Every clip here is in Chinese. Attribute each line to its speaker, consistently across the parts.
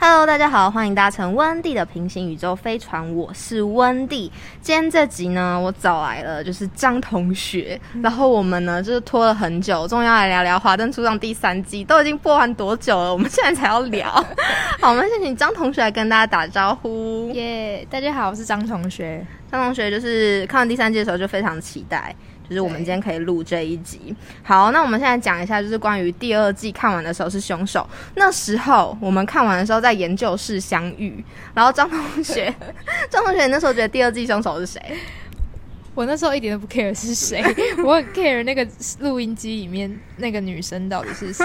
Speaker 1: Hello，大家好，欢迎搭乘温蒂的平行宇宙飞船，我是温蒂。今天这集呢，我找来了就是张同学，然后我们呢就是拖了很久，终于要来聊聊《华灯初上》第三季，都已经播完多久了？我们现在才要聊。好，我们先请张同学来跟大家打招呼。
Speaker 2: 耶大家好，我是张同学。
Speaker 1: 张同学就是看完第三季的时候就非常期待，就是我们
Speaker 2: 对
Speaker 1: 今天可以录这一集。好，那我们现在讲一下，就是关于第二季看完的时候是凶手。那时候我们看完的时候在研究室相遇，然后张同 学，张同学，你那时候觉得第二季凶手是谁？
Speaker 2: 我那时候一点都不 care 是 谁，我很 care 那个录音机里面那个女生到底 是谁。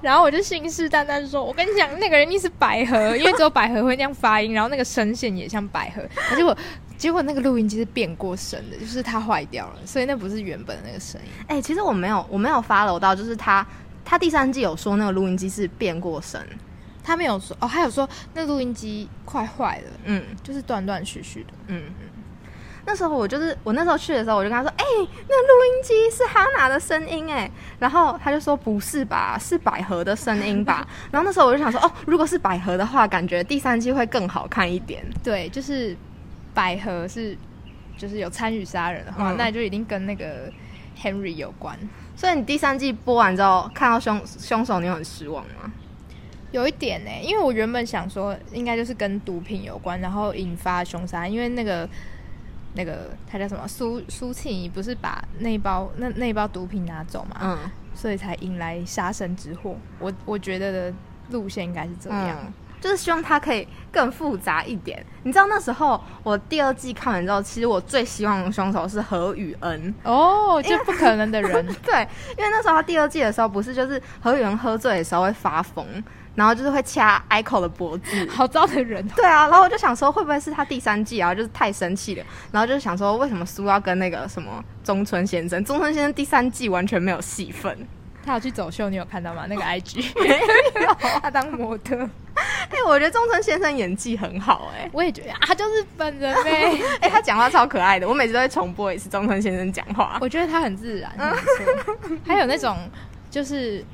Speaker 2: 然后我就信誓旦旦说：“我跟你讲，那个人一定是百合，因为只有百合会那样发音，然后那个声线也像百合。”结 果，结果那个录音机是变过声的，就是它坏掉了，所以那不是原本的那个声音。
Speaker 1: 哎、其实我没有，我没有 follow 到，就是他，他第三季有说那个录音机是变过声，
Speaker 2: 他没有说哦，他有说那录音机快坏了，
Speaker 1: 嗯。
Speaker 2: 就是断断续续的。
Speaker 1: 嗯，那时候我就是我那时候去的时候，我就跟他说：“哎、那录音机是哈娜的声音哎。”然后他就说：“不是吧，是百合的声音吧？”然后那时候我就想说：“哦，如果是百合的话，感觉第三季会更好看一点。
Speaker 2: 对，就是百合是就是有参与杀人的话，
Speaker 1: 嗯
Speaker 2: 那就一定跟那个 Henry 有关。”
Speaker 1: 所以你第三季播完之后，看到凶凶手，你有很失望吗？
Speaker 2: 有一点呢、因为我原本想说应该就是跟毒品有关，然后引发凶杀，因为那个那个他叫什么苏苏庆怡不是把那包那那包毒品拿走嘛，
Speaker 1: 嗯，
Speaker 2: 所以才引来杀身之祸。我我觉得的路线应该是这样。
Speaker 1: 嗯就是希望它可以更复杂一点。你知道那时候我第二季看完之后，其实我最希望的凶手是何雨恩，
Speaker 2: 哦，这不可能的人，
Speaker 1: 对，因为那时候他第二季的时候，不是就是何雨恩喝醉的时候会发疯，然后就是会掐 Echo 的脖子。
Speaker 2: 好糟的人哦。
Speaker 1: 对啊，然后我就想说，会不会是他第三季啊？就是太生气了，然后就是想说，为什么苏要跟那个什么中村先生？中村先生第三季完全没有戏份，
Speaker 2: 他有去走秀，你有看到吗？那
Speaker 1: 哦
Speaker 2: 个 IG，他当模特，
Speaker 1: 哎、我觉得中村先生演技很好、哎
Speaker 2: 我也觉得啊，他就是本人呗、
Speaker 1: 哎、他讲话超可爱的，我每次都会重播一次中村先生讲话。
Speaker 2: 我觉得他很自然，很不错还有那种就是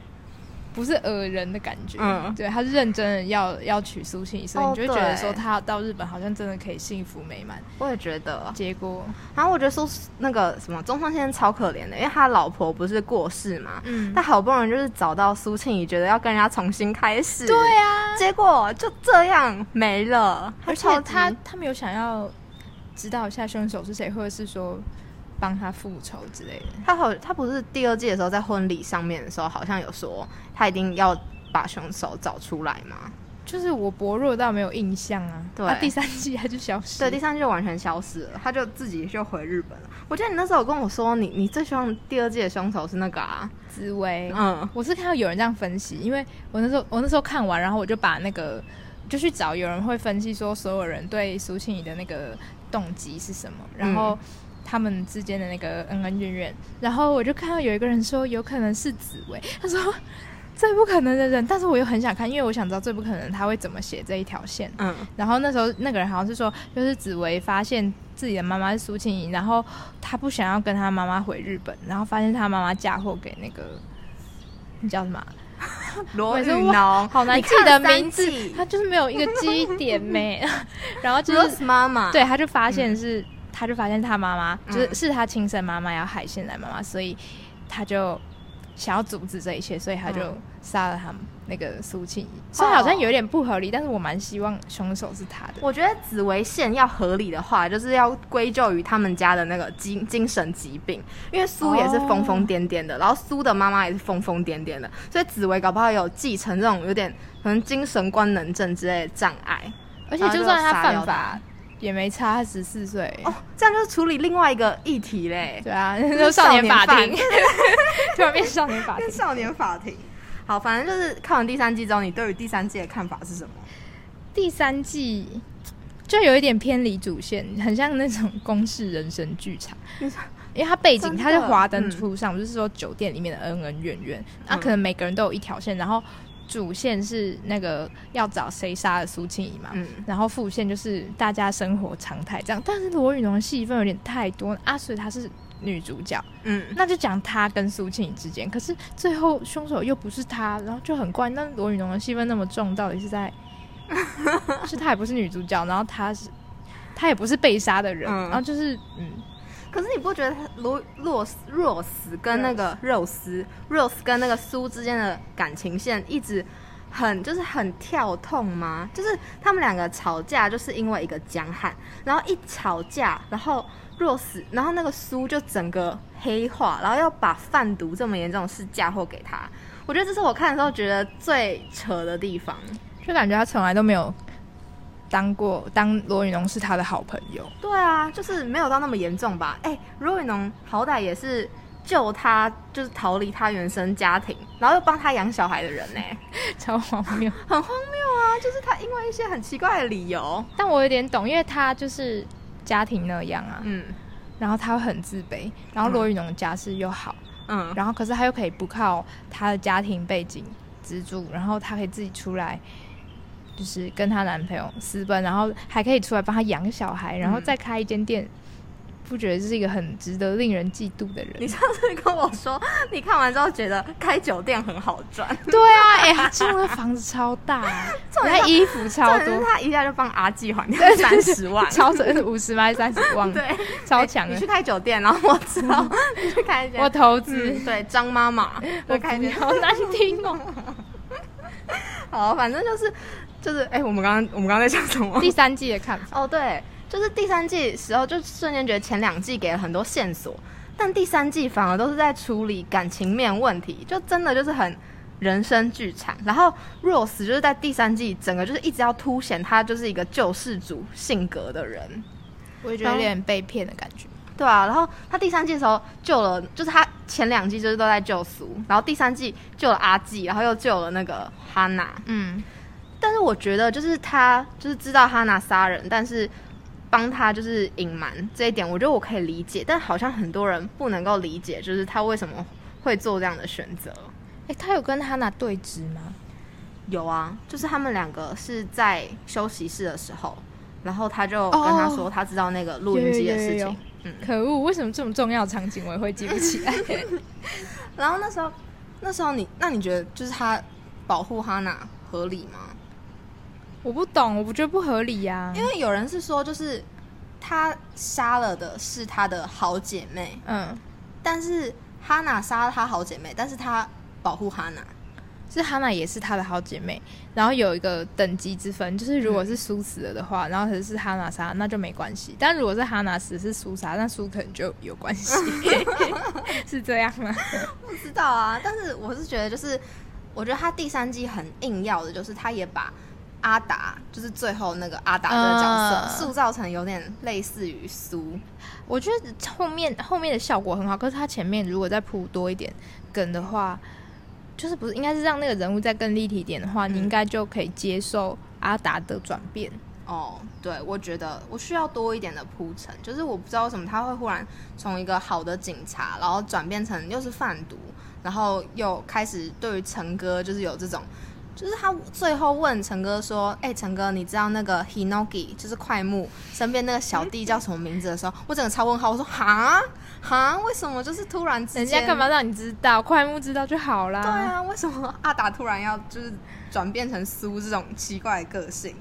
Speaker 2: 不是讹人的感觉，
Speaker 1: 嗯
Speaker 2: 对，他是认真的要要娶苏庆仪，所以
Speaker 1: 哦
Speaker 2: 你就会觉得
Speaker 1: 对
Speaker 2: 说他到日本好像真的可以幸福美满。
Speaker 1: 我也觉得，
Speaker 2: 结果，
Speaker 1: 然后我觉得苏那个什么中村先生超可怜的，因为他老婆不是过世嘛，
Speaker 2: 嗯
Speaker 1: 他，好不容易就是找到苏庆怡，觉得要跟人家重新开始，
Speaker 2: 对、啊，
Speaker 1: 结果就这样没了。
Speaker 2: 而且
Speaker 1: 超级
Speaker 2: 他他没有想要知道一下凶手是谁，或者是说帮他复仇之类的。
Speaker 1: 他好，他不是第二季的时候在婚礼上面的时候，好像有说他一定要把凶手找出来嘛？
Speaker 2: 就是我薄弱到没有印象啊，
Speaker 1: 对
Speaker 2: 啊第三季他就消失，
Speaker 1: 对，第三季就完全消失了，他就自己就回日本了。我记得你那时候有跟我说，你你最希望第二季的凶手是那个啊，
Speaker 2: 紫薇，
Speaker 1: 嗯
Speaker 2: 我是看到有人这样分析，因为我那时候我那时候看完，然后我就把那个就去找有人会分析说所有人对苏庆怡的那个动机是什么，然后他们之间的那个恩恩怨怨，然后我就看到有一个人说有可能是紫薇， 他说最不可能的人，但是我又很想看，因为我想知道最不可能他会怎么写这一条线。
Speaker 1: 嗯，
Speaker 2: 然后那时候那个人好像是说，就是紫薇发现自己的妈妈是苏庆怡，然后她不想要跟她妈妈回日本，然后发现她妈妈嫁祸给那个那叫什么啊，
Speaker 1: 罗
Speaker 2: 我也
Speaker 1: 宇
Speaker 2: 是
Speaker 1: 农，
Speaker 2: 好难
Speaker 1: 嗯你
Speaker 2: 记
Speaker 1: 看
Speaker 2: 的
Speaker 1: 三
Speaker 2: 名字
Speaker 1: 季，
Speaker 2: 她就是没有一个记忆 点没，然后就是
Speaker 1: Rose 妈妈，
Speaker 2: 对，她就发现是，她就发现她妈妈就是
Speaker 1: 嗯
Speaker 2: 是她亲生妈妈要害现在妈妈，所以她就想要阻止这一切，所以她就
Speaker 1: 嗯
Speaker 2: 杀了他们那个苏庆怡，所以好像有点不合理，但是我蛮希望凶手是她的。
Speaker 1: 我觉得紫薇线要合理的话，就是要归咎于他们家的那个精精神疾病，因为苏也是疯疯癫癫的，然后苏的妈妈也是疯疯癫癫的，所以紫薇搞不好有继承这种有点可能精神官能症之类的障碍然
Speaker 2: 而且
Speaker 1: 后
Speaker 2: 就
Speaker 1: 就
Speaker 2: 算他
Speaker 1: 杀掉他
Speaker 2: 犯法，也没差，他十四岁。
Speaker 1: 哦，这样就是处理另外一个议题嘞，
Speaker 2: 对 啊，那
Speaker 1: 是
Speaker 2: 就
Speaker 1: 少
Speaker 2: 少年
Speaker 1: 年
Speaker 2: 法
Speaker 1: 犯
Speaker 2: 庭，突然变少年法庭。
Speaker 1: 少年法 庭。好，反正就是看完第三季之后，你对于第三季的看法是什么？
Speaker 2: 第三季就有一点偏离主线，很像那种公式人生剧 场。因为它背景，
Speaker 1: 真的
Speaker 2: 它是华灯初上，就是说酒店里面的恩恩怨怨，那、
Speaker 1: 嗯
Speaker 2: 可能每个人都有一条线，然后主线是那个要找谁杀了苏庆怡嘛，
Speaker 1: 嗯
Speaker 2: 然后副线就是大家生活常态这样。但是罗宇农的戏份有点太多啊，所以她是女主角，
Speaker 1: 嗯，
Speaker 2: 那就讲他跟苏庆怡之间，可是 最后凶手又不是他，然后就很怪。那罗宇农的戏份那么重，到底是在是她也不是女主角，然后她是她也不是被杀的人，
Speaker 1: 嗯
Speaker 2: 然后就是嗯，
Speaker 1: 可是你不觉得他罗洛斯若斯跟那个肉丝 Rose 跟那个苏之间的感情线一直很就是很跳痛吗？就是他们两个吵架就是因为一个江汉，然后一吵架，然后 Rose，然后那个苏就整个黑化，然后要把贩毒这么严重的事嫁祸给他。我觉得这是我看的时候觉得最扯的地方。
Speaker 2: 就感觉她从来都没有当过当罗宇农是她的好朋友，
Speaker 1: 对啊，就是没有到那么严重吧？哎、罗宇农好歹也是救他，就是逃离他原生家庭，然后又帮他养小孩的人呢、
Speaker 2: 超荒谬。
Speaker 1: 很荒谬啊！就是他因为一些很奇怪的理由，
Speaker 2: 但我有点懂，因为她就是家庭那样啊，
Speaker 1: 嗯
Speaker 2: 然后她很自卑，然后罗宇农家世又好，
Speaker 1: 嗯，
Speaker 2: 然后可是她又可以不靠她的家庭背景资助，然后她可以自己出来。就是跟她男朋友私奔，然后还可以出来帮她养小孩，然后
Speaker 1: 嗯
Speaker 2: 再开一间店，不觉得这是一个很值得令人嫉妒的人？
Speaker 1: 你上次跟我说，你看完之后觉得开酒店很好赚，
Speaker 2: 对啊，哎、他住那房子超大、
Speaker 1: 重点
Speaker 2: 他
Speaker 1: 是
Speaker 2: 衣服超
Speaker 1: 重点是
Speaker 2: 多，。
Speaker 1: 他一下就帮阿纪还掉三十万
Speaker 2: 超准五十吗？三十万，
Speaker 1: 对，
Speaker 2: 超强
Speaker 1: 哎你
Speaker 2: 的
Speaker 1: 去。开酒店，然后我知 道你去开一间，
Speaker 2: 我投资，
Speaker 1: 嗯，对，张妈妈，
Speaker 2: 嗯我
Speaker 1: 开一
Speaker 2: 感
Speaker 1: 间
Speaker 2: 觉好难听 哦。
Speaker 1: 好，反正就是就是，哎、我们刚刚我们刚刚在讲什么？
Speaker 2: 第三季的看法，
Speaker 1: 哦，对，就是第三季时候，就瞬间觉得前两季给了很多线索，但第三季反而都是在处理感情面问题，就真的就是很人生剧场。然后 Rose 就是在第三季整个就是一直要凸显他就是一个救世主性格的人，
Speaker 2: 我也觉
Speaker 1: 得
Speaker 2: 得
Speaker 1: 有
Speaker 2: 有
Speaker 1: 点
Speaker 2: 点被骗的感觉。
Speaker 1: 对啊，然后他第三季的时候救了，就是他前两季就是都在救苏，然后第三季救了阿纪，然后又救了那个哈娜，
Speaker 2: 嗯，
Speaker 1: 但是我觉得，就是他就是知道哈娜杀人，但是帮他就是隐瞒这一点，我觉得我可以理解。但好像很多人不能够理解，就是他为什么会做这样的选择。
Speaker 2: 哎、他有跟哈娜对峙吗？
Speaker 1: 有啊，就是他们两个是在休息室的时候，然后他就跟他说，
Speaker 2: 哦
Speaker 1: 他知道那个录音机的事情。
Speaker 2: 有有有有
Speaker 1: 嗯，
Speaker 2: 可恶，为什么这么重要的场景我也会记不起 来？
Speaker 1: 然后那时候，那时候你，那你觉得就是他保护哈娜合理吗？
Speaker 2: 我不懂，我觉得不合理啊呀、
Speaker 1: 因为有人是说，就是他杀了的是他的好姐妹。
Speaker 2: 嗯，
Speaker 1: 但是哈娜杀了她好姐妹，但是她保护哈娜。
Speaker 2: 是哈娜也是她的好姐妹，然后有一个等级之分，就是如果是苏死了的话，然后可是是哈娜杀，那就没关系；但如果是哈娜死是苏杀，那苏可能就有关系， 是这样吗？
Speaker 1: 不知道啊，但是我是觉得，就是我觉得他第三季很硬要的，就是他也把阿达，就是最后那个阿达这个角色，
Speaker 2: 嗯
Speaker 1: 塑造成有点类似于苏。
Speaker 2: 我觉得后面后面的效果很好，可是他前面如果再铺多一点梗的话，就是不是应该是让那个人物再更立体一点的话，你应该就可以接受阿达的转变。
Speaker 1: 哦，对，我觉得我需要多一点的铺陈，就是我不知道为什么他会忽然从一个好的警察，然后转变成又是贩毒，然后又开始对于陈哥就是有这种，就是他最后问陈哥说：“哎、陈哥，你知道那个 Hinogi 就是快木身边那个小弟叫什么名字的时候，我整个超问号，我说哈哈，为什么就是突然之间
Speaker 2: 人家干嘛？让你知道？快木知道就好啦。
Speaker 1: 对啊，为什么阿达突然要就是转变成苏这种奇怪的个性？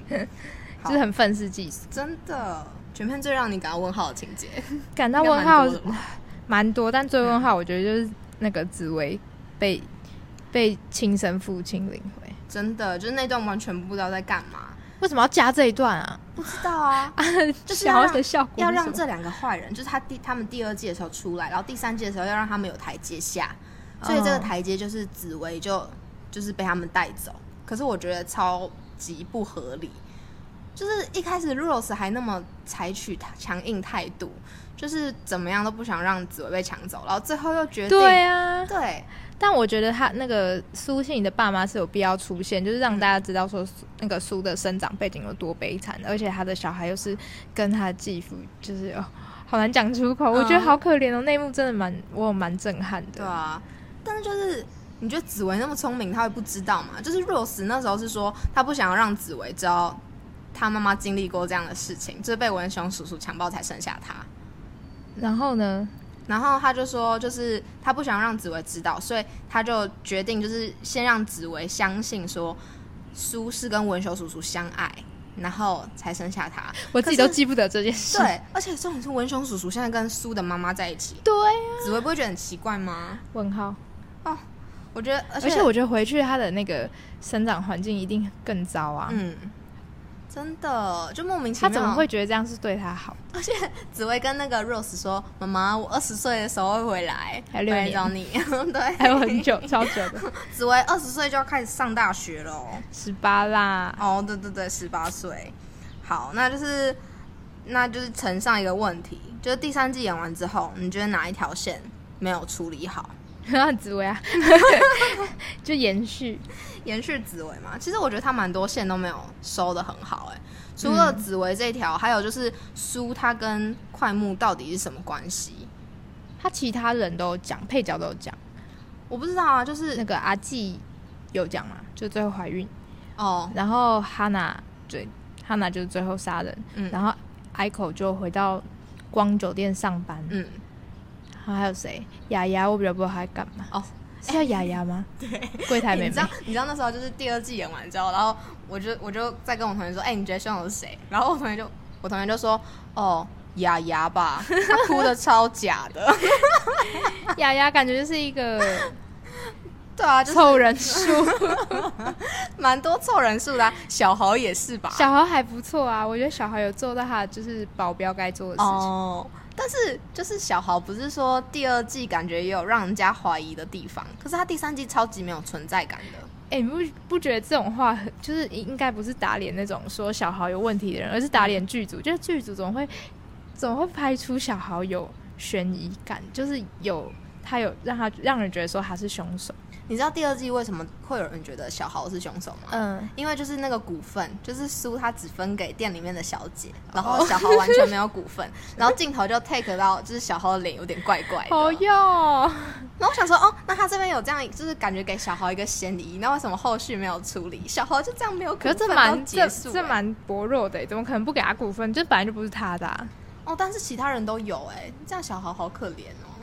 Speaker 2: 就是很愤世嫉俗，
Speaker 1: 真的，全片最让你感到问号的情节。
Speaker 2: 感到
Speaker 1: 应该
Speaker 2: 问
Speaker 1: 蛮
Speaker 2: 号
Speaker 1: 多的吧
Speaker 2: 蛮多，但最问号我觉得就是那个紫薇被被亲生父亲领回，
Speaker 1: 真的，就是那段完全不知道在干嘛，
Speaker 2: 为什么要加这一段啊？
Speaker 1: 不知道啊。就是
Speaker 2: 想
Speaker 1: 要
Speaker 2: 要的效果是
Speaker 1: 要让
Speaker 2: 什么
Speaker 1: 这两个坏人，就是他第他们第二季的时候出来，然后第三季的时候要让他们有台阶下，所以这个
Speaker 2: 哦
Speaker 1: 台阶就是紫薇就就是被他们带走。可是我觉得超级不合理，就是一开始 Rose 还那么采取强硬态度，就是怎么样都不想让紫薇被抢走，然后最后又决定
Speaker 2: 对啊，
Speaker 1: 对
Speaker 2: 但我觉得他那个苏信的爸妈是有必要出现，就是让大家知道说苏那个苏的生长背景有多悲惨，而且他的小孩又是跟他的继父，就是哦，好难讲出口，我觉得
Speaker 1: 嗯
Speaker 2: 好可怜哦，那一幕真的蛮我有蛮震撼的。
Speaker 1: 对啊，但是就是你觉得紫薇那么聪明，她会不知道吗？就是 Rose 那时候是说，她不想要让紫薇知道她妈妈经历过这样的事情，就是被文雄叔叔强暴才生下她。
Speaker 2: 然后呢，
Speaker 1: 然后她就说，就是她不想让紫薇知道，所以她就决定就是先让紫薇相信说。苏轼跟文秀叔叔相爱，然后才生下他。
Speaker 2: 我自己
Speaker 1: 可
Speaker 2: 都
Speaker 1: 是
Speaker 2: 记不得这件事。
Speaker 1: 对，而且这种是文雄叔叔现在跟苏的妈妈在一起，
Speaker 2: 对啊，
Speaker 1: 紫薇不会觉得很奇怪吗？
Speaker 2: 问号。
Speaker 1: 哦，我觉得，而
Speaker 2: 而
Speaker 1: 且
Speaker 2: 且我觉得回去他的那个生长环境一定更糟啊。
Speaker 1: 嗯，真的就莫名其
Speaker 2: 他
Speaker 1: 妙，
Speaker 2: 怎么会？觉得这样是对他好？
Speaker 1: 而且紫薇跟那个 Rose 说：“妈妈，我二十岁的时候会回来，
Speaker 2: 还六
Speaker 1: 回来
Speaker 2: 年
Speaker 1: 找你。” 对，
Speaker 2: 还有很。 久，超久的，
Speaker 1: 紫薇二十岁就要开始上大学了哦。
Speaker 2: 十 八啦。
Speaker 1: 哦，对对对，十八岁。好，那就是那就是呈上一个问题，就是第三季演完之后，你觉得哪一条线没有处理好？
Speaker 2: 然后紫薇啊，就延续。
Speaker 1: 延续紫薇嘛，其实我觉得他蛮多线都没有收的很好、欸，哎，除了
Speaker 2: 嗯
Speaker 1: 紫薇这一条，还有就是苏他跟快木到底是什么关系？
Speaker 2: 他其他人都有讲，配角都有讲。
Speaker 1: 我不知道啊，就
Speaker 2: 那
Speaker 1: 是
Speaker 2: 个阿纪有讲嘛，就最后怀孕，
Speaker 1: 哦，
Speaker 2: 然后哈娜对哈娜就是最后杀人，
Speaker 1: 嗯
Speaker 2: 然后 Ico 就回到光酒店上班，
Speaker 1: 嗯，
Speaker 2: 然后啊还有谁？雅雅，我比较不知道她在干嘛。
Speaker 1: 哦，
Speaker 2: 是叫雅 雅吗？对，柜台
Speaker 1: 欸
Speaker 2: 妹
Speaker 1: 你知
Speaker 2: 妹
Speaker 1: 道。你知道那时候就是第二季演完之后，然后我就我就在跟我同学说，哎、你觉得凶手是谁？然后我同学就我同学就说，哦，雅雅 吧，她哭的超假的，
Speaker 2: 雅雅感觉就是一个
Speaker 1: 对啊， 就是
Speaker 2: 凑人数，
Speaker 1: 蛮多凑人数的啊、小豪也是吧？
Speaker 2: 小豪还不错啊，我觉得小豪有做到他就是保镖该做的事情。
Speaker 1: 哦，但是就是小豪不是说第二季感觉也有让人家怀疑的地方，可是他第三季超级没有存在感的。
Speaker 2: 哎、你不不觉得这种话很就是应该不是打脸那种说小豪有问题的人，而是打脸剧
Speaker 1: 嗯
Speaker 2: 组，就是剧组总会总会拍出小豪有悬疑感，就是有他有让他让人觉得说他是凶手。
Speaker 1: 你知道第二季为什么会有人觉得小豪是凶手吗？
Speaker 2: 嗯，
Speaker 1: 因为就是那个股份，就是苏他只分给店里面的小姐，
Speaker 2: 哦
Speaker 1: 然后小豪完全没有股 份，然后镜头就 take 到就是小豪的脸有点怪怪的。
Speaker 2: 好哟，
Speaker 1: 然后我想说，哦，那他这边有这样，就是感觉给小豪一个嫌疑，那为什么后续没有处理？小豪就这样没有股
Speaker 2: 可是
Speaker 1: 份
Speaker 2: 这
Speaker 1: 然后
Speaker 2: 蛮
Speaker 1: 结
Speaker 2: 这
Speaker 1: 束、
Speaker 2: 这
Speaker 1: 欸
Speaker 2: 蛮薄弱的，怎么可能不给他股份？这本来就不是他的、啊。
Speaker 1: 哦，但是其他人都有哎、这样小豪好可怜哦。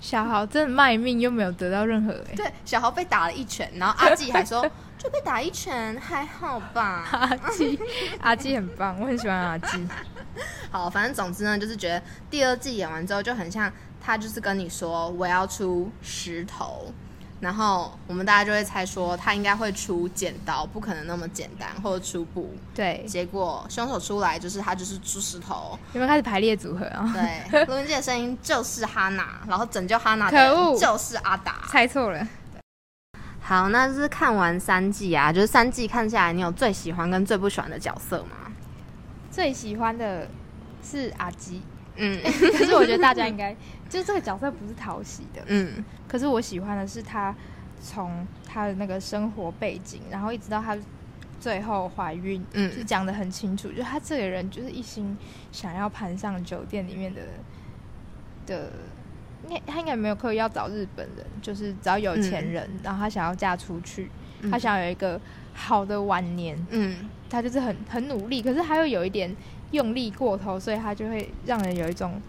Speaker 2: 小豪真的卖命又没有得到任何、欸，
Speaker 1: 对，小豪被打了一拳，然后阿纪还说 就被打一拳还好吧。
Speaker 2: 阿基阿基很棒，我很喜欢阿基。
Speaker 1: 好，反正总之呢，就是觉得第二季演完之后就很像他就是跟你说我要出石头，然后我们大家就会猜说他应该会出剪刀，不可能那么简单，或者出布。
Speaker 2: 对，
Speaker 1: 结果凶手出来就是他就是出石 头，
Speaker 2: 有没有开始排列组合啊？
Speaker 1: 对，录音机的声音就是哈娜，然后拯救哈娜的
Speaker 2: 可恶
Speaker 1: 人就是阿达。
Speaker 2: 猜错了。
Speaker 1: 好，那就是看完三季啊，就是三季看下来，你有最喜欢跟最不喜欢的角色吗？
Speaker 2: 最喜欢的是阿基，
Speaker 1: 嗯
Speaker 2: 可是我觉得大家应该，就是这个角色不是讨喜的，
Speaker 1: 嗯
Speaker 2: 可是我喜欢的是她从她的那个生活背景，然后一直到她最后怀孕，就
Speaker 1: 嗯，
Speaker 2: 讲的很清楚，就她这个人就是一心想要攀上酒店里面的的。应该她应该没有刻意要找日本人，就是找有钱人，然后她想要嫁出去，
Speaker 1: 嗯
Speaker 2: 她想要有一个好的晚年，
Speaker 1: 嗯
Speaker 2: 他就是很很努力，可是他又有一点用力过头，所以他就会让人有一种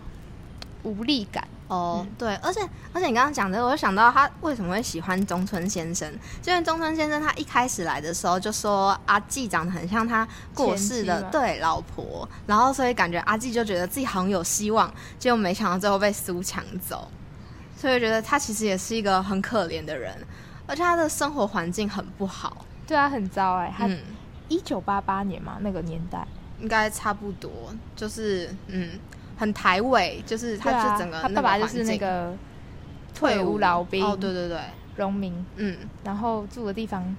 Speaker 2: 无力感。
Speaker 1: 哦
Speaker 2: 嗯
Speaker 1: 对，而且而且你刚刚讲的，我就想到他为什么会喜欢中村先生，就是中村先生他一开始来的时候就说阿纪长得很像他过世的
Speaker 2: 前妻吗
Speaker 1: 对老婆，然后所以感觉阿纪就觉得自己好像有希望，结果没想到最后被苏抢走，所以我觉得他其实也是一个很可怜的人，而且他的生活环境很不好，
Speaker 2: 对啊，很糟哎、他
Speaker 1: 嗯。
Speaker 2: 一九八八年嘛，那个年代，
Speaker 1: 应该差不多，就是嗯，很台味，就是他
Speaker 2: 对啊
Speaker 1: 就整个、
Speaker 2: 他爸爸就是那个退伍老兵
Speaker 1: 哦，对对对，
Speaker 2: 农民，
Speaker 1: 嗯
Speaker 2: 然后住的地方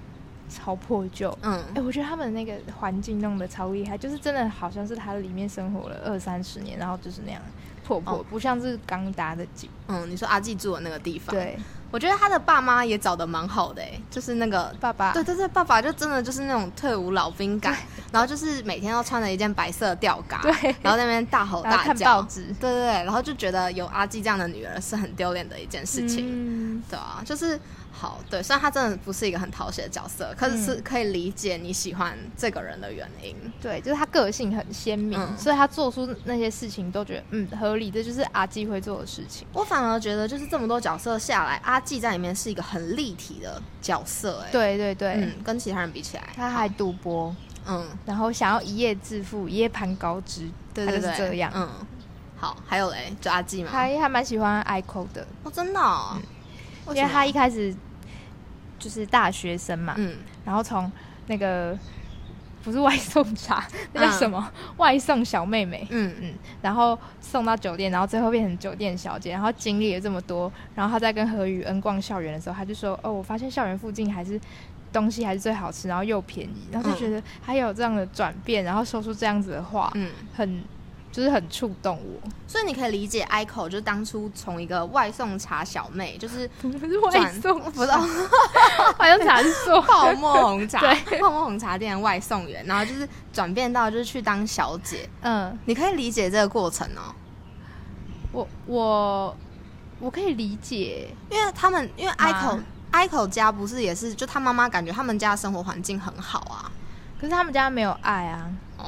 Speaker 2: 超破旧。
Speaker 1: 嗯
Speaker 2: 哎、我觉得他们那个环境弄得超厉害，就是真的好像是他里面生活了二三十年，然后就是那样破破，
Speaker 1: 哦
Speaker 2: 不像是刚搭的景。
Speaker 1: 嗯，你说阿纪住的那个地方，，
Speaker 2: 对，
Speaker 1: 我觉得他的爸妈也找的蛮好的、欸，就是那个。
Speaker 2: 爸爸
Speaker 1: 对对对，爸爸就真的就是那种退伍老兵感，然后就是每天都穿着一件白色的吊嘎，
Speaker 2: 对
Speaker 1: 然后在那边大吼
Speaker 2: 然后
Speaker 1: 大
Speaker 2: 看
Speaker 1: 叫
Speaker 2: 报，纸
Speaker 1: 对对对，然后就觉得有阿纪这样的女儿是很丢脸的一件事情，
Speaker 2: 嗯
Speaker 1: 对啊，就是好，对，虽然他真的不是一个很讨喜的角色，可是是可以理解你喜欢这个人的原因。
Speaker 2: 对，就是他个性很鲜明，
Speaker 1: 嗯
Speaker 2: 所以他做出那些事情都觉得嗯合理，这就是阿基会做的事情。
Speaker 1: 我反而觉得，就是这么多角色下来，阿纪在里面是一个很立体的角色、哎，
Speaker 2: 对对对，
Speaker 1: 嗯，跟其他人比起来，
Speaker 2: 他还赌博，
Speaker 1: 嗯，
Speaker 2: 然后想要一夜致富，一夜攀高枝，
Speaker 1: 对
Speaker 2: 他
Speaker 1: 对
Speaker 2: 就是
Speaker 1: 对，
Speaker 2: 这样。
Speaker 1: 嗯，好，还有嘞，就阿纪嘛，
Speaker 2: 他还蛮喜欢 ICO 的，
Speaker 1: 哦，真的、哦，
Speaker 2: 因
Speaker 1: 什
Speaker 2: 为
Speaker 1: 么
Speaker 2: 他一开始就是大学生嘛，
Speaker 1: 嗯，
Speaker 2: 然后从那个不是外送茶， 那叫什么、外送小妹妹，
Speaker 1: 嗯嗯
Speaker 2: 嗯，然后送到酒店，然后最后变成酒店小姐，然后经历了这么多，然后他在跟何宇恩逛校园的时候，他就说：“哦，我发现校园附近还是东西还是最好吃，然后又便宜。”然后就觉得还有这样的转变，然后说出这样子的话，
Speaker 1: 嗯，
Speaker 2: 很就是很触动我。
Speaker 1: 所以你可以理解 Ico 就是当初从一个外送茶小妹，就是
Speaker 2: 不是外送，
Speaker 1: 不是哦
Speaker 2: 外送茶是做
Speaker 1: 泡沫红茶，
Speaker 2: 对
Speaker 1: 泡沫红茶店的外送员，然后就是转变到就是去当小姐，
Speaker 2: 嗯，
Speaker 1: 你可以理解这个过程哦，
Speaker 2: 我我我可以理解，
Speaker 1: 因为他们因为
Speaker 2: 妈
Speaker 1: Ico Ico 家不是也是就他妈妈感觉他们家的生活环境很好啊，
Speaker 2: 可是他们家没有爱啊。
Speaker 1: 哦，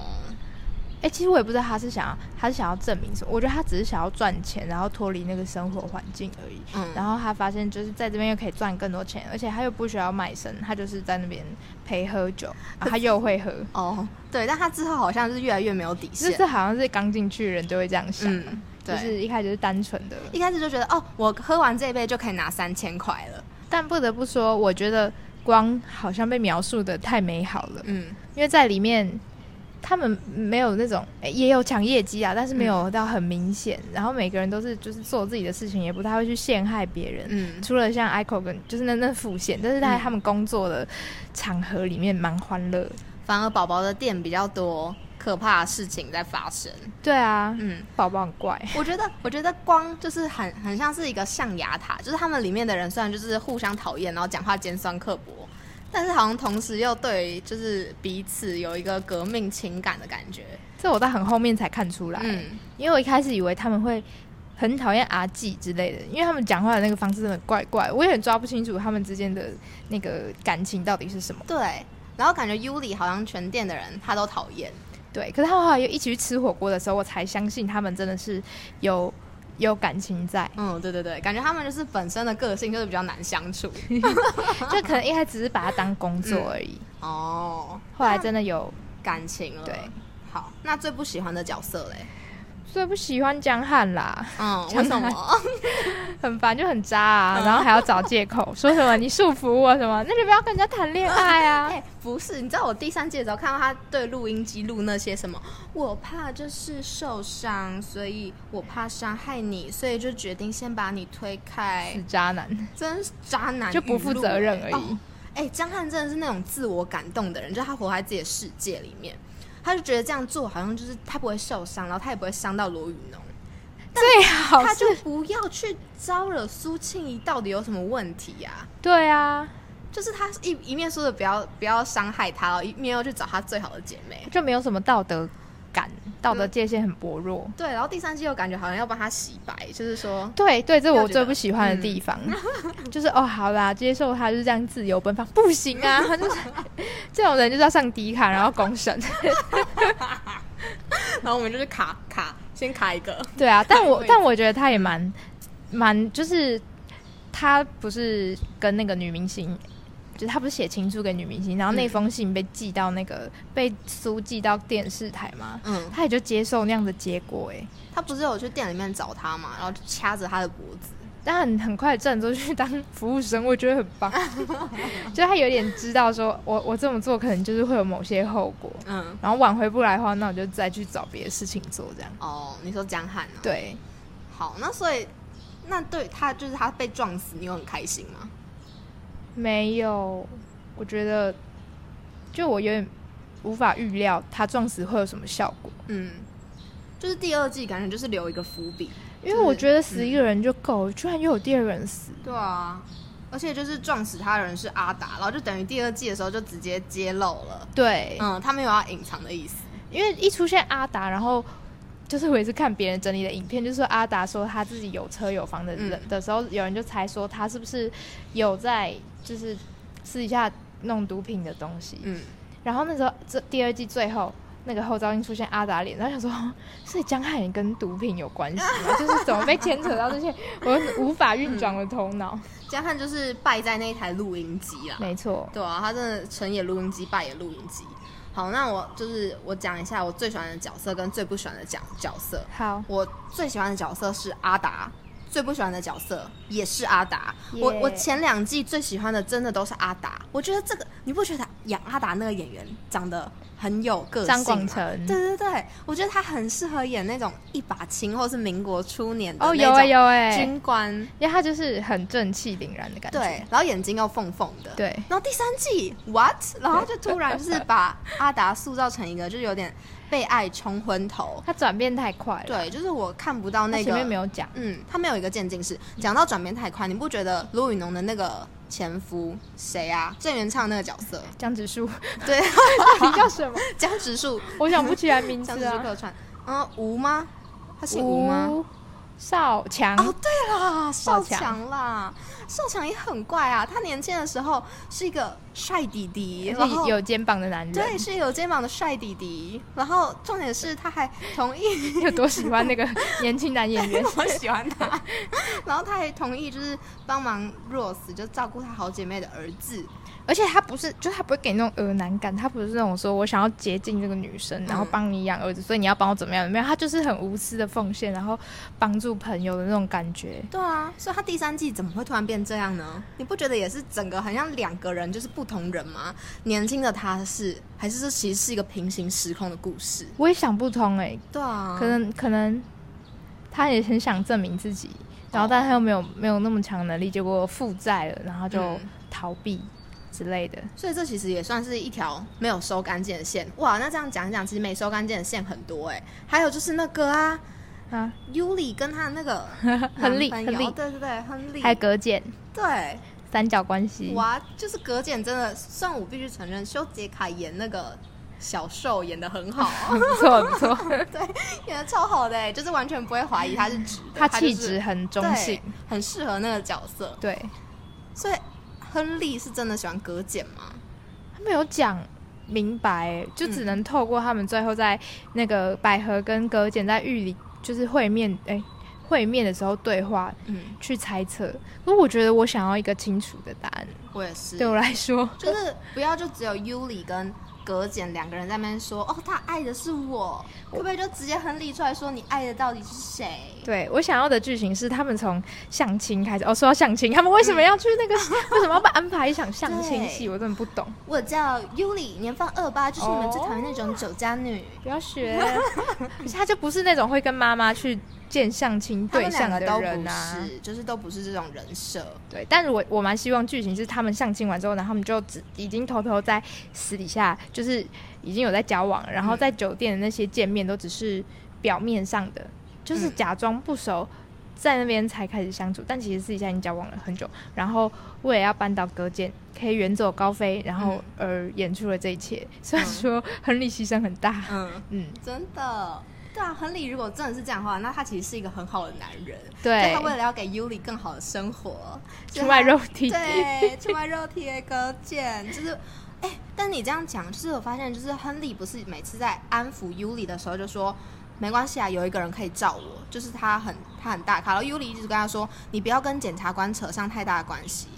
Speaker 2: 哎、其实我也不知道他是想要，他是想要证明什么？我觉得他只是想要赚钱，然后脱离那个生活环境而已。
Speaker 1: 嗯，
Speaker 2: 然后他发现，就是在这边又可以赚更多钱，而且他又不需要卖身，他就是在那边陪喝酒，啊、他又会喝。
Speaker 1: 哦，对，但他之后好像是越来越没有底
Speaker 2: 就
Speaker 1: 线
Speaker 2: 是，好像是刚进去的人就会这样想，
Speaker 1: 嗯，
Speaker 2: 就
Speaker 1: 对。
Speaker 2: 是一开始是单纯的。
Speaker 1: 一开始就觉得哦，我喝完这一杯就可以拿三千块了。
Speaker 2: 但不得不说，我觉得光好像被描述的太美好了，
Speaker 1: 嗯，
Speaker 2: 因为在里面。他们没有那种，诶也有抢业绩啊，但是没有到很明显。然后每个人都是就是做自己的事情，也不太会去陷害别人。
Speaker 1: 嗯，
Speaker 2: 除了像 ICO 跟就是那那副线，但是在
Speaker 1: 嗯
Speaker 2: 他们工作的场合里面蛮欢乐的。
Speaker 1: 反而宝宝的店比较多可怕的事情在发生。
Speaker 2: 对啊，
Speaker 1: 嗯，
Speaker 2: 宝宝很怪，
Speaker 1: 我觉得，我觉得光就是很很像是一个象牙塔，就是他们里面的人虽然就是互相讨厌，然后讲话尖酸刻薄，但是好像同时又对就是彼此有一个革命情感的感觉。
Speaker 2: 这我到很后面才看出来，
Speaker 1: 嗯，
Speaker 2: 因为我一开始以为他们会很讨厌阿纪之类的，因为他们讲话的那个方式真的怪怪，我也很抓不清楚他们之间的那个感情到底是什么。
Speaker 1: 对。然后感觉 Yuli 好像全店的人他都讨厌。
Speaker 2: 对，可是他们后来又一起去吃火锅的时候，我才相信他们真的是有有感情 在，
Speaker 1: 嗯，对对对，感觉他们就是本身的个性就是比较难相处。
Speaker 2: 就可能一开始只是把它当工作而已，
Speaker 1: 哦，
Speaker 2: 后来真的有
Speaker 1: 感情了。
Speaker 2: 对，
Speaker 1: 好，那最不喜欢的角色嘞？
Speaker 2: 最不喜欢江汉啦。
Speaker 1: 嗯，
Speaker 2: 江
Speaker 1: 为什 么？
Speaker 2: 很烦，就很渣啊，然后还要找借口，说什么你束缚我什么，那就不要跟人家谈恋爱啊
Speaker 1: 哎、。 不是，你知道我第三季的时候看到他对录音机录那些什么，我怕就是受伤，所以我怕伤害你，所以就决定先把你推开
Speaker 2: 死，渣男，
Speaker 1: 真是渣男
Speaker 2: 就不负责任而已
Speaker 1: 语录哎哦哎、江汉真的是那种自我感动的人，就是他活在自己的世界里面，他就觉得这样做好像就是他不会受伤，然后他也不会伤到罗宇农。
Speaker 2: 最好
Speaker 1: 他
Speaker 2: 是
Speaker 1: 就不要去招惹苏庆怡，到底有什么问题呀、
Speaker 2: 对啊，
Speaker 1: 就是他一一面说的不要不要伤害她，一面又去找她最好的姐妹。
Speaker 2: 就没有什么道德感，道德界限很薄弱。
Speaker 1: 对，然后第三季又感觉好像要帮她洗白，就是说，
Speaker 2: 对对，这是
Speaker 1: 我觉
Speaker 2: 我
Speaker 1: 得
Speaker 2: 最不喜欢的地方， 就是哦，好啦，接受他就是这样自由奔放，不行啊，他就是 这种人就是要上迪卡，然后公审。
Speaker 1: 然后我们就是卡卡，先卡一个，
Speaker 2: 对啊，但
Speaker 1: 位
Speaker 2: 我
Speaker 1: 置
Speaker 2: 但我觉得他也蛮蛮，就是他不是跟那个女明星，就是他不是写情书给女明星，然后那
Speaker 1: 嗯
Speaker 2: 封信被寄到那个、被苏寄到电视台嘛，
Speaker 1: 嗯，
Speaker 2: 他也就接受那样的结果哎、欸，
Speaker 1: 他不是有去店里面找她嘛，然后就掐着她的脖子，
Speaker 2: 但很很快站出去当服务生，我觉得很棒，就他有点知道说我我这么做可能就是会有某些后果，
Speaker 1: 嗯，
Speaker 2: 然后挽回不来的话，那我就再去找别的事情做这样，
Speaker 1: 哦，你说江汉哦，，
Speaker 2: 对。
Speaker 1: 好，那所以那对他就是他被撞死，你有很开心吗？
Speaker 2: 没有，我觉得就我有点无法预料他撞死会有什么效果，
Speaker 1: 嗯，就是第二季感觉就是留一个伏笔，
Speaker 2: 因为
Speaker 1: 就是
Speaker 2: 我觉得死一个人就够了，居然又有第二个人死，
Speaker 1: 对啊，而且就是撞死他的人是阿达，然后就等于第二季的时候就直接揭露了。嗯
Speaker 2: 对，
Speaker 1: 嗯，他没有要隐藏的意思。
Speaker 2: 因为一出现阿达，然后就是我也是看别人整理的影片，就是说阿达说他自己有车有房的人、
Speaker 1: 嗯
Speaker 2: 的时候，有人就猜说他是不是有在就是私底下弄毒品的东西。
Speaker 1: 嗯，
Speaker 2: 然后那时候这第二季最后那个后照镜出现阿达脸，然后想说是江汉人跟毒品有关系吗？ 就是怎么被牵扯到这些我无法运转的头 脑？
Speaker 1: 江汉就是败在那一台录音机啦。
Speaker 2: 没错，
Speaker 1: 对啊，他真的成也录音机，败也录音机。好，那我就是我讲一下我最喜欢的角色跟最不喜欢的角角色。
Speaker 2: 好，
Speaker 1: 我最喜欢的角色是阿达，最不喜欢的角色也是阿达。
Speaker 2: 耶
Speaker 1: 我我前两季最喜欢的真的都是阿达，我觉得这个你不觉得养阿达那个演员长得很有个性吗？
Speaker 2: 张广成
Speaker 1: 对对对，我觉得他很适合演那种一把青或是民国初年的
Speaker 2: 哦，
Speaker 1: 那
Speaker 2: 有哎、
Speaker 1: 种
Speaker 2: 有哎、
Speaker 1: 军官，
Speaker 2: 因为他就是很正气凛然的感觉。
Speaker 1: 对，然后眼睛又缝缝的，
Speaker 2: 对
Speaker 1: 然后第三季 what？然后就突然就是把阿达塑造成一个就是有点被爱冲昏 头，
Speaker 2: 他转变太快了。
Speaker 1: 对，就是我看不到
Speaker 2: 啊他
Speaker 1: 那
Speaker 2: 前
Speaker 1: 个
Speaker 2: 面没有讲，
Speaker 1: 嗯，他没有一个渐进式。讲到转变太快，你不觉得卢宇农的那个前夫谁啊？郑元畅那个角 色，
Speaker 2: 江直树
Speaker 1: 对，
Speaker 2: 到底叫什么？
Speaker 1: 江直树，
Speaker 2: 我想不起来名
Speaker 1: 江
Speaker 2: 字
Speaker 1: 直树
Speaker 2: 啊。
Speaker 1: 客串，嗯，吴吗？他姓吴吗？
Speaker 2: 吴少强，
Speaker 1: 哦，对啦，
Speaker 2: 少
Speaker 1: 少
Speaker 2: 强
Speaker 1: 强啦，少强也很怪啊。他年轻的时候是一个帅弟弟，然后
Speaker 2: 是有肩膀的男人，
Speaker 1: 哦对，是有肩膀的帅弟弟。然后重点是他还同意，
Speaker 2: 有多喜欢那个年轻男演员
Speaker 1: ？我喜欢他。 然后他还同意就是帮忙 Rose，就照顾她好姐妹的儿子。
Speaker 2: 而且他不是，就是他不会给你那种恶男感，他不是那种说我想要接近这个女生，
Speaker 1: 嗯
Speaker 2: 然后帮你养儿子，所以你要帮我怎么样？没有，他就是很无私的奉献，然后帮助朋友的那种感觉。
Speaker 1: 对啊，所以他第三季怎么会突然变这样呢？你不觉得也是整个很像两个人，就是不同人吗？年轻的他是，还是这其实是一个平行时空的故事？
Speaker 2: 我也想不通哎、
Speaker 1: 对啊，
Speaker 2: 可能可能他也很想证明自己，然后
Speaker 1: 哦
Speaker 2: 但他又没有没有那么强的能力，结果负债了，然后就
Speaker 1: 嗯
Speaker 2: 逃避之类的。
Speaker 1: 所以这其实也算是一条没有收干净的线。哇，那这样讲一讲，其实没收干净的线很多哎、还有就是那个啊，
Speaker 2: 啊，
Speaker 1: 尤里跟他那个
Speaker 2: 亨利
Speaker 1: 男朋友
Speaker 2: 亨利
Speaker 1: 对对对，亨利，
Speaker 2: 还有隔间
Speaker 1: 对，
Speaker 2: 三角关系，
Speaker 1: 哇，就是葛简真的，算我必须承认，修杰楷演那个小受演的很好，啊
Speaker 2: 不错 不错，
Speaker 1: 演的超好的哎、就是完全不会怀疑他是直的，
Speaker 2: 嗯他
Speaker 1: 就
Speaker 2: 气
Speaker 1: 是
Speaker 2: 质很中性
Speaker 1: 对，，很适合那个角色。
Speaker 2: 对
Speaker 1: 所以亨利是真的喜欢葛简吗？
Speaker 2: 他没有讲。明白，就只能透过他们最后在那个百合跟葛简在狱里就是会面，哎、会面的时候对话
Speaker 1: 嗯，
Speaker 2: 去猜测。可是我觉得我想要一个清楚的答案，
Speaker 1: 我也是。
Speaker 2: 对我来说，
Speaker 1: 就是不要就只有尤里跟葛简两个人在那边说，哦，他爱的是我，可不可以就直接亨利出来说你爱的到底是谁？
Speaker 2: 对我想要的剧情是他们从相亲开始。哦，说到相亲，他们为什么要去那个？ 为什么要把安排一场相亲
Speaker 1: 嗯
Speaker 2: 戏？
Speaker 1: 对
Speaker 2: 我真的不懂。
Speaker 1: 我叫尤里，年方二八，就是你们最讨厌那
Speaker 2: 哦
Speaker 1: 种酒家女。
Speaker 2: 不要学，可是他就 不是那种会跟妈妈去见相亲
Speaker 1: 他
Speaker 2: 对
Speaker 1: 们
Speaker 2: 象
Speaker 1: 两
Speaker 2: 的
Speaker 1: 个都
Speaker 2: 人
Speaker 1: 不
Speaker 2: 啊。
Speaker 1: 是，就是都不是这种人设。
Speaker 2: 对，但是我我蛮希望剧情是他们相亲完之后，然后他们就只已经偷偷在私底下就是已经有在交往了，然后
Speaker 1: 嗯
Speaker 2: 在酒店的那些见面都只是表面上的，就是
Speaker 1: 嗯
Speaker 2: 假装不熟。在那边才开始相处，但其实私底下已经交往了很久。然后为了要扳倒隔间，可以远走高飞，然后而演出了这一切。虽然说 亨利牺牲很大，
Speaker 1: 嗯，
Speaker 2: 嗯，
Speaker 1: 真的。对啊，亨利如果真的是这样的话，那他其实是一个很好的男人。就
Speaker 2: 对
Speaker 1: 他，为了要给尤里更好的生活，所以
Speaker 2: 出
Speaker 1: 他
Speaker 2: 卖肉体，
Speaker 1: 对，出卖肉体的勾践，就是，哎、但你这样讲，就是我发现，就是亨利不是每次在安抚尤里的时候就说。没关系啊，有一个人可以罩我，就是他很他很大咖。然后尤里一直跟他说，你不要跟检察官扯上太大的关系。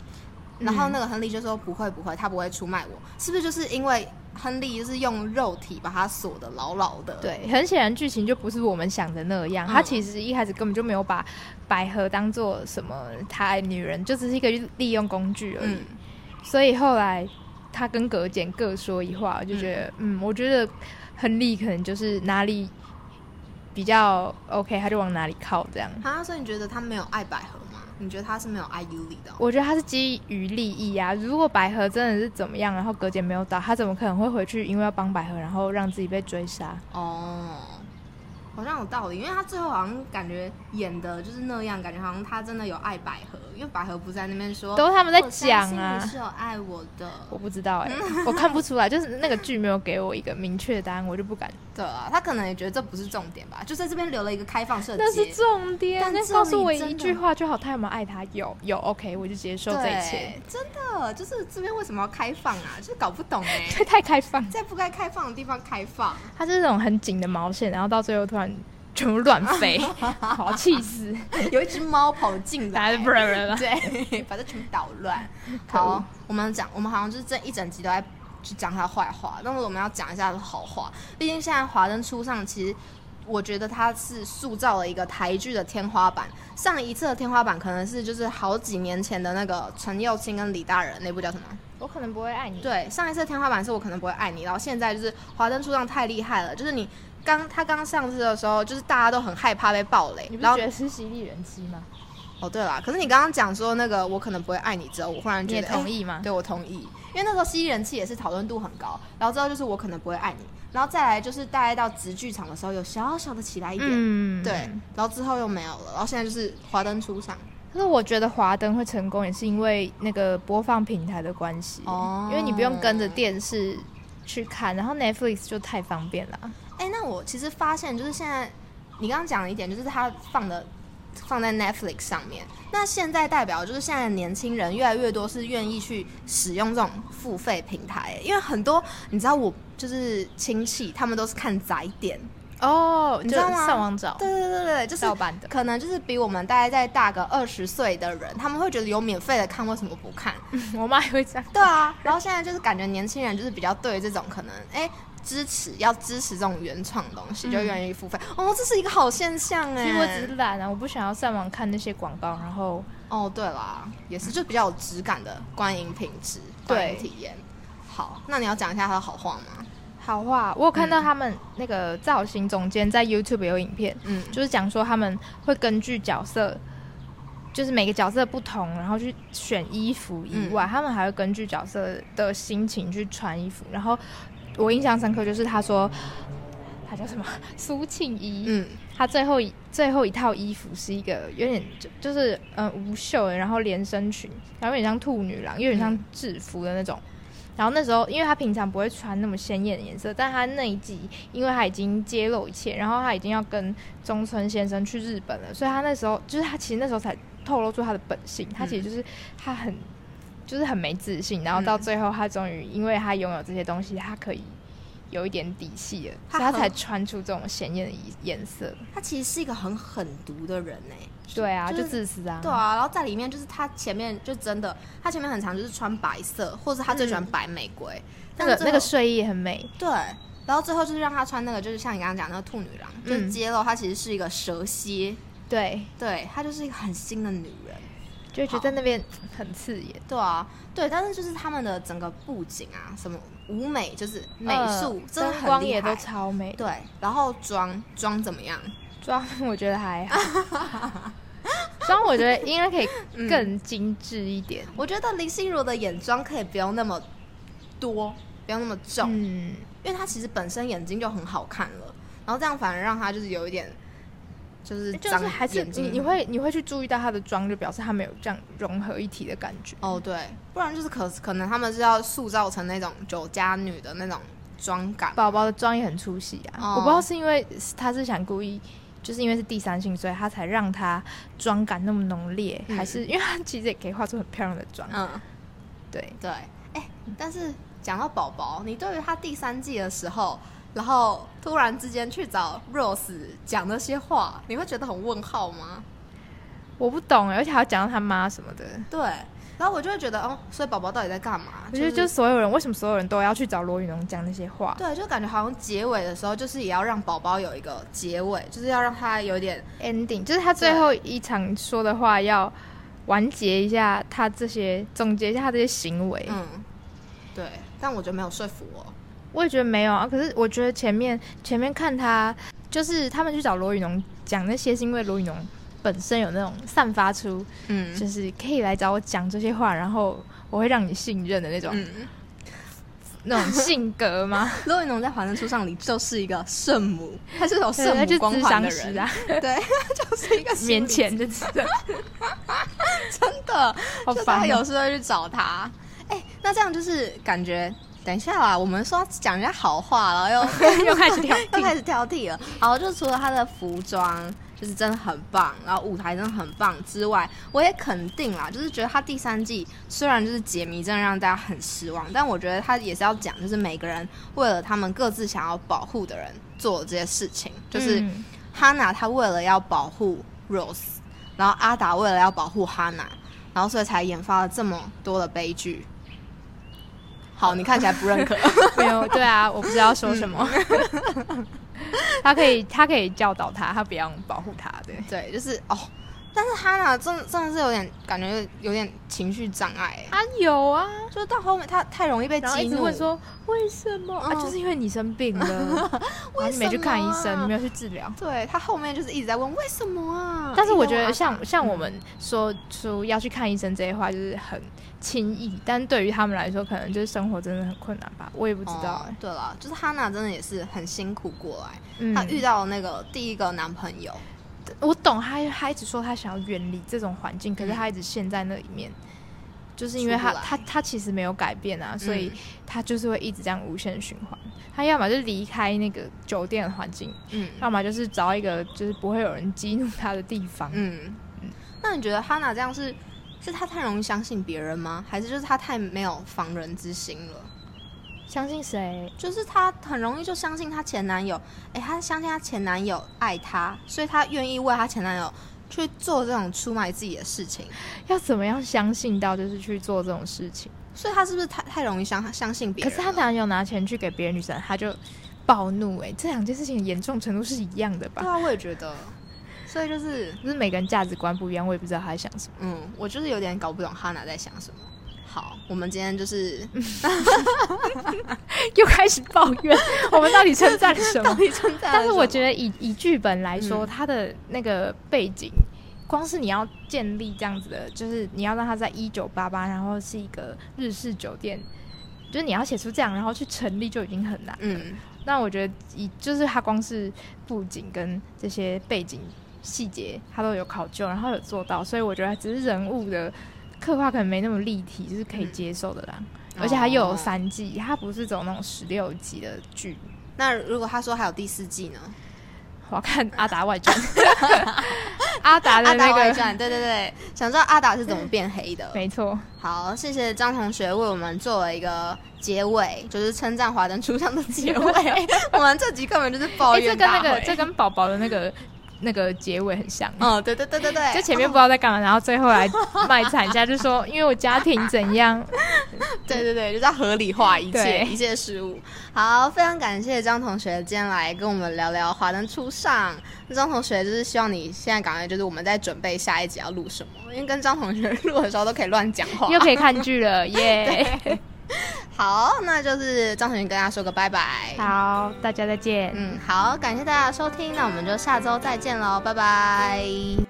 Speaker 1: 然后那个亨利就说不会不会，他不会出卖我，是不是就是因为亨利就是用肉体把他锁得牢牢的？，
Speaker 2: 对，很显然剧情就不是我们想的那样。
Speaker 1: 嗯
Speaker 2: 他其实一开始根本就没有把百合当做什么他爱女人，就只是一个利用工具而已。
Speaker 1: 嗯，
Speaker 2: 所以后来他跟葛简各说一话，我就觉得，嗯我觉得亨利可能就是哪里比较 OK，他就往哪里靠这样。
Speaker 1: 啊，所以你觉得他没有爱百合吗？你觉得他是没有爱尤里的哦、
Speaker 2: 我觉得他是基于利益啊。如果百合真的是怎么样，然后葛简没有倒，他怎么可能会回去？因为要帮百合，然后让自己被追杀？
Speaker 1: 哦，好像有道理，因为他最后好像感觉演的就是那样，感觉好像他真的有爱百合，因为百合不在那边说，
Speaker 2: 都是他们在
Speaker 1: 哦我
Speaker 2: 讲
Speaker 1: 相信
Speaker 2: 啊
Speaker 1: 你。是有爱我的。
Speaker 2: 我不知道哎、
Speaker 1: 嗯
Speaker 2: 我看不出来， 就是那个剧没有给我一个明确的答案，我就不敢。
Speaker 1: 对啊，他可能也觉得这不是重点吧，就在这边留了一个开放设计。
Speaker 2: 那是重点，
Speaker 1: 但
Speaker 2: 那
Speaker 1: 这
Speaker 2: 告诉
Speaker 1: 里
Speaker 2: 我
Speaker 1: 真
Speaker 2: 一
Speaker 1: 的
Speaker 2: 句话就好，他有没有爱他？有有，OK，我就接受这一切。
Speaker 1: 对，真的就是这边为什么要开放啊？就是搞不懂哎、
Speaker 2: 这太开放，
Speaker 1: 在不该开放的地方开放，
Speaker 2: 它是那种很紧的毛线，然后到最后突然全部乱 飞，好气死！
Speaker 1: 有一只猫跑进
Speaker 2: 大
Speaker 1: 来
Speaker 2: 家就，不然了。
Speaker 1: 对，把这全部捣乱。
Speaker 2: 可恶
Speaker 1: 好，我们讲，我们好像就是这一整集都在去讲他的坏话，但是我们要讲一下他的好话。毕竟现在华灯初上，其实我觉得他是塑造了一个台剧的天花板。上一次的天花板可能是就是好几年前的那个陈幼卿跟李大人那部叫什么？
Speaker 2: 我可能不会爱你，
Speaker 1: 对，上一次的天花板是我可能不会爱你，然后现在就是华灯初上太厉害了，就是你刚他刚上市的时候，就是大家都很害怕被暴雷
Speaker 2: 你，不是
Speaker 1: 然后
Speaker 2: 觉得是犀利人妻吗？
Speaker 1: 哦对啦，可是你刚刚讲说那个我可能不会爱你之后，我忽然
Speaker 2: 你
Speaker 1: 觉
Speaker 2: 也
Speaker 1: 得
Speaker 2: 同
Speaker 1: 意。
Speaker 2: 意吗？
Speaker 1: 对我同意，因为那时候吸人气也是讨论度很高，然后之后就是我可能不会爱你，然后再来就是大概到直剧场的时候有小小的起来一点，
Speaker 2: 嗯，
Speaker 1: 对，然后之后又没有了，然后现在就是华灯初上，
Speaker 2: 可是我觉得华灯会成功，也是因为那个播放平台的关系，
Speaker 1: 哦
Speaker 2: 因为你不用跟着电视去看，然后 Netflix 就太方便了。
Speaker 1: 哎、那我其实发现就是现在你刚刚讲了一点，就是他放的放在 Netflix 上面，那现在代表就是现在的年轻人越来越多是愿意去使用这种付费平台，因为很多你知道我就是亲戚，他们都是看宅点，
Speaker 2: 哦，
Speaker 1: 你知道吗
Speaker 2: 就上网找
Speaker 1: 对对对对，就是
Speaker 2: 盗版的，
Speaker 1: 可能就是比我们大概再大个二十岁的人，他们会觉得有免费的看，为什么不看？
Speaker 2: 我妈也会这样。
Speaker 1: 对啊，然后现在就是感觉年轻人就是比较对这种可能，哎，支持要支持这种原创的东西，就愿意付费。哦，这是一个好现象哎。
Speaker 2: 其实我只是懒啊，我不想要上网看那些广告，然后
Speaker 1: 哦，对啦，也是就比较有质感的观影品质、观影
Speaker 2: 对
Speaker 1: 体验。好，那你要讲一下他的好话吗？
Speaker 2: 好话，我有看到他们那个造型总监在 YouTube 有影片，
Speaker 1: 嗯，
Speaker 2: 就是讲说他们会根据角色，就是每个角色不同，然后去选衣服以外，他们还会根据角色的心情去穿衣服。然后我印象深刻就是他说，他叫什么苏庆怡，
Speaker 1: 嗯，
Speaker 2: 他最后一最后一套衣服是一个有点就就是嗯、呃无袖的，然后连身裙，然后有点像兔女郎，有点像制服的那种。然后那时候，因为他平常不会穿那么鲜艳的颜色，但他那一集，因为他已经揭露一切，然后他已经要跟中村先生去日本了，所以他那时候就是他其实那时候才透露出他的本性，他其实就是他很就是很没自信，然后到
Speaker 1: 嗯
Speaker 2: 最后他终于因为他拥有这些东西，他可以有一点底气了，
Speaker 1: 他
Speaker 2: 所以他
Speaker 1: 很
Speaker 2: 才穿出这种鲜艳的颜色。
Speaker 1: 他其实是一个很狠毒的人哎。
Speaker 2: 对啊，
Speaker 1: 就是
Speaker 2: 就自私啊。
Speaker 1: 对啊，然后在里面就是他前面就真的，他前面很常就是穿白色，或者他最喜欢白玫瑰，
Speaker 2: 那
Speaker 1: 但
Speaker 2: 个
Speaker 1: 是
Speaker 2: 那个
Speaker 1: 最后
Speaker 2: 睡衣也很美，
Speaker 1: 对，然后最后就是让他穿那个，就是像你刚刚讲那个兔女郎，就是
Speaker 2: 嗯
Speaker 1: 揭露她其实是一个蛇蝎，
Speaker 2: 对，
Speaker 1: 对，她就是一个很新的女人，
Speaker 2: 就觉
Speaker 1: 好
Speaker 2: 得那边很刺眼。
Speaker 1: 对啊，对，但是就是他们的整个布景啊，什么舞美就是美
Speaker 2: 呃
Speaker 1: 术，真的
Speaker 2: 灯
Speaker 1: 很
Speaker 2: 光
Speaker 1: 厉
Speaker 2: 也都
Speaker 1: 害
Speaker 2: 超美。
Speaker 1: 对，然后妆妆怎么样？
Speaker 2: 妆我觉得还好， 妆我觉得应该可以更精致一点。
Speaker 1: 我觉得林心如的眼妆可以不用那么多，不用那么重，
Speaker 2: 嗯，
Speaker 1: 因为她其实本身眼睛就很好看了，然后这样反而让她就是有一点，就是
Speaker 2: 就
Speaker 1: 长
Speaker 2: 是还是
Speaker 1: 眼
Speaker 2: 你
Speaker 1: 睛
Speaker 2: 你会你会去注意到她的妆，就表示她没有这样融合一体的感觉。
Speaker 1: 哦对，不然就是可可能他们是要塑造成那种酒家女的那种妆感，
Speaker 2: 宝宝的妆也很出戏啊，
Speaker 1: 哦
Speaker 2: 我不知道是因为她是想故意。就是因为是第三性，所以她才让她妆感那么浓烈，
Speaker 1: 嗯
Speaker 2: 还是因为她其实也可以画出很漂亮的妆，
Speaker 1: 嗯
Speaker 2: 对，
Speaker 1: 对，哎，但是讲到宝宝，你对于他第三季的时候。然后突然之间去找 Rose 讲那些话，你会觉得很问号吗？
Speaker 2: 我不懂哎，而且还要讲到他妈什么的，
Speaker 1: 对，然后我就会觉得，哦，所以宝宝到底在干嘛？
Speaker 2: 我觉得
Speaker 1: 是
Speaker 2: 就所有人为什么所有人都要去找罗宇农讲那些话？
Speaker 1: 对，就感觉好像结尾的时候，就是也要让宝宝有一个结尾，就是要让他有点
Speaker 2: ending，就是他最后一场说的话要完结一下他这些，总结一下他这些行为。
Speaker 1: 嗯，对。但我觉得没有说服我。
Speaker 2: 我也觉得没有啊，可是我觉得前面前面看他就是他们去找罗宇农讲那些，是因为罗宇农本身有那种散发出
Speaker 1: 嗯
Speaker 2: 嗯就是可以来找我讲这些话，然后我会让你信任的那种
Speaker 1: 嗯，
Speaker 2: 那种性格 吗？
Speaker 1: 罗云龙在《华灯初上》里就是一个圣母，他是有
Speaker 2: 对
Speaker 1: 圣
Speaker 2: 他就
Speaker 1: 母光
Speaker 2: 智
Speaker 1: 环的
Speaker 2: 商师
Speaker 1: 人，
Speaker 2: 啊，
Speaker 1: 对，就是一个心理
Speaker 2: 勉强就是的，
Speaker 1: 真的，
Speaker 2: 好
Speaker 1: 就是
Speaker 2: 烦
Speaker 1: 他
Speaker 2: 哦
Speaker 1: 有时候会去找他。哎、那这样就是感觉，等一下啦，我们说讲人家好话，然后又
Speaker 2: 又开 始挑
Speaker 1: 又开
Speaker 2: 剔。
Speaker 1: 始挑剔了。好，就除了他的服装就是真的很棒，然后舞台真的很棒之外，我也肯定啦，就是觉得他第三季虽然就是解谜真的让大家很失望，但我觉得他也是要讲，就是每个人为了他们各自想要保护的人做这些事情，就是
Speaker 2: 嗯
Speaker 1: 哈娜她为了要保护 Rose，然后阿达为了要保护哈娜，然后所以才研发了这么多的悲剧。好，你看起来不认可。
Speaker 2: 没有，对啊，我不知道说什么。嗯 他可以，他可以教导他，他不要保护他，对。
Speaker 1: 对，就是哦，但是哈娜真的真的是有点感觉有点情绪障碍，
Speaker 2: 啊，有啊，
Speaker 1: 就是到后面她太容易被
Speaker 2: 然后
Speaker 1: 激
Speaker 2: 一直
Speaker 1: 怒。
Speaker 2: 问说为什么、啊？
Speaker 1: 嗯
Speaker 2: 就是因为你生病 了，然后你没去看医
Speaker 1: 为什么
Speaker 2: 生，你没有去治疗。
Speaker 1: 对她后面就是一直在问为什么啊？
Speaker 2: 但是我
Speaker 1: 一直
Speaker 2: 觉
Speaker 1: 在问
Speaker 2: 得
Speaker 1: 阿
Speaker 2: 像
Speaker 1: 达
Speaker 2: 像我们说出要去看医生这些话，就是很轻易，但对于他们来说，可能就是生活真的很困难吧。我也不知
Speaker 1: 哦
Speaker 2: 道、欸，
Speaker 1: 对了，就是哈娜真的也是很辛苦过来，
Speaker 2: 嗯，
Speaker 1: 她遇到那个第一个男朋友，
Speaker 2: 我懂他，他一直说他想要远离这种环境，可是
Speaker 1: 嗯
Speaker 2: 他一直陷在那里面，就是因为他
Speaker 1: 出不来
Speaker 2: 他他其实没有改变啊，所以
Speaker 1: 嗯
Speaker 2: 他就是会一直这样无限循环。他要么就离开那个酒店的环境，
Speaker 1: 嗯
Speaker 2: 要么就是找一个就是不会有人激怒他的地方。
Speaker 1: 嗯，那你觉得哈娜这样是是她太容易相信别人吗？还是就是她太没有防人之心了？
Speaker 2: 相信谁？
Speaker 1: 就是她很容易就相信她前男友，哎、她相信她前男友爱她，所以她愿意为她前男友去做这种出卖自己的事情。
Speaker 2: 要怎么样相信到就是去做这种事情？
Speaker 1: 所以她是不是太太容易相相信别
Speaker 2: 可
Speaker 1: 人了？啊
Speaker 2: 是她男友拿钱去给别的女生，她就暴怒哎、欸，这两件事情的严重程度是一样的吧
Speaker 1: 对？啊，我也觉得。所以就是，
Speaker 2: 就是每个人价值观不一样，我也不知道她在想什么。
Speaker 1: 嗯，我就是有点搞不懂哈娜在想什么。好，我们今天就是
Speaker 2: 嗯 又开始抱 怨，我们到底称赞了什么？
Speaker 1: 底存在
Speaker 2: 但是我觉
Speaker 1: 得，
Speaker 2: 得以以剧本来说，
Speaker 1: 嗯
Speaker 2: 它的那个背景，光是你要建立这样子的，就是你要让它在一九八八，然后是一个日式酒店，就是你要写出这样，然后去成立就已经很难。
Speaker 1: 嗯，
Speaker 2: 那我觉得以就是它光是布景跟这些背景细节，它都有考究，然后有做到，所以我觉得只是人物的刻画可能没那么立体，就是可以
Speaker 1: 嗯
Speaker 2: 接受的啦。而且它又有
Speaker 1: 哦
Speaker 2: 三季，它不是走那种十六集的剧。
Speaker 1: 那如果他说还有第四季呢？
Speaker 2: 我要看《阿达外传》， 阿达的
Speaker 1: 阿
Speaker 2: 那
Speaker 1: 达外
Speaker 2: 个，
Speaker 1: 传，对对对，想知道阿达是怎么变黑的？
Speaker 2: 没错，
Speaker 1: 好，谢谢张同学为我们做了一个结尾，就是称赞华灯初上的结 尾。 我们这集根本就是抱
Speaker 2: 哎，这
Speaker 1: 怨
Speaker 2: 跟那
Speaker 1: 哦大
Speaker 2: 个
Speaker 1: 会。
Speaker 2: 这跟宝宝的那个那个结尾很像。
Speaker 1: 哦，对对对对对，
Speaker 2: 就前面不
Speaker 1: 哦
Speaker 2: 知道在干嘛，然后最后来卖惨一下，就说因为我家庭怎样，
Speaker 1: 对对对，就是要合理化一切
Speaker 2: 对
Speaker 1: 一切事物。好，非常感谢张同学今天来跟我们聊聊《华灯初上》。张同学就是希望你现在赶快，就是我们在准备下一集要录什么，因为跟张同学 录的时候都可以乱讲话。
Speaker 2: 又可以看 剧了，耶！
Speaker 1: 好，那就是张同学跟大家说个拜拜。
Speaker 2: 好，大家再见。
Speaker 1: 嗯嗯，好，感谢大家的收听，那我们就下周再见喽，拜拜。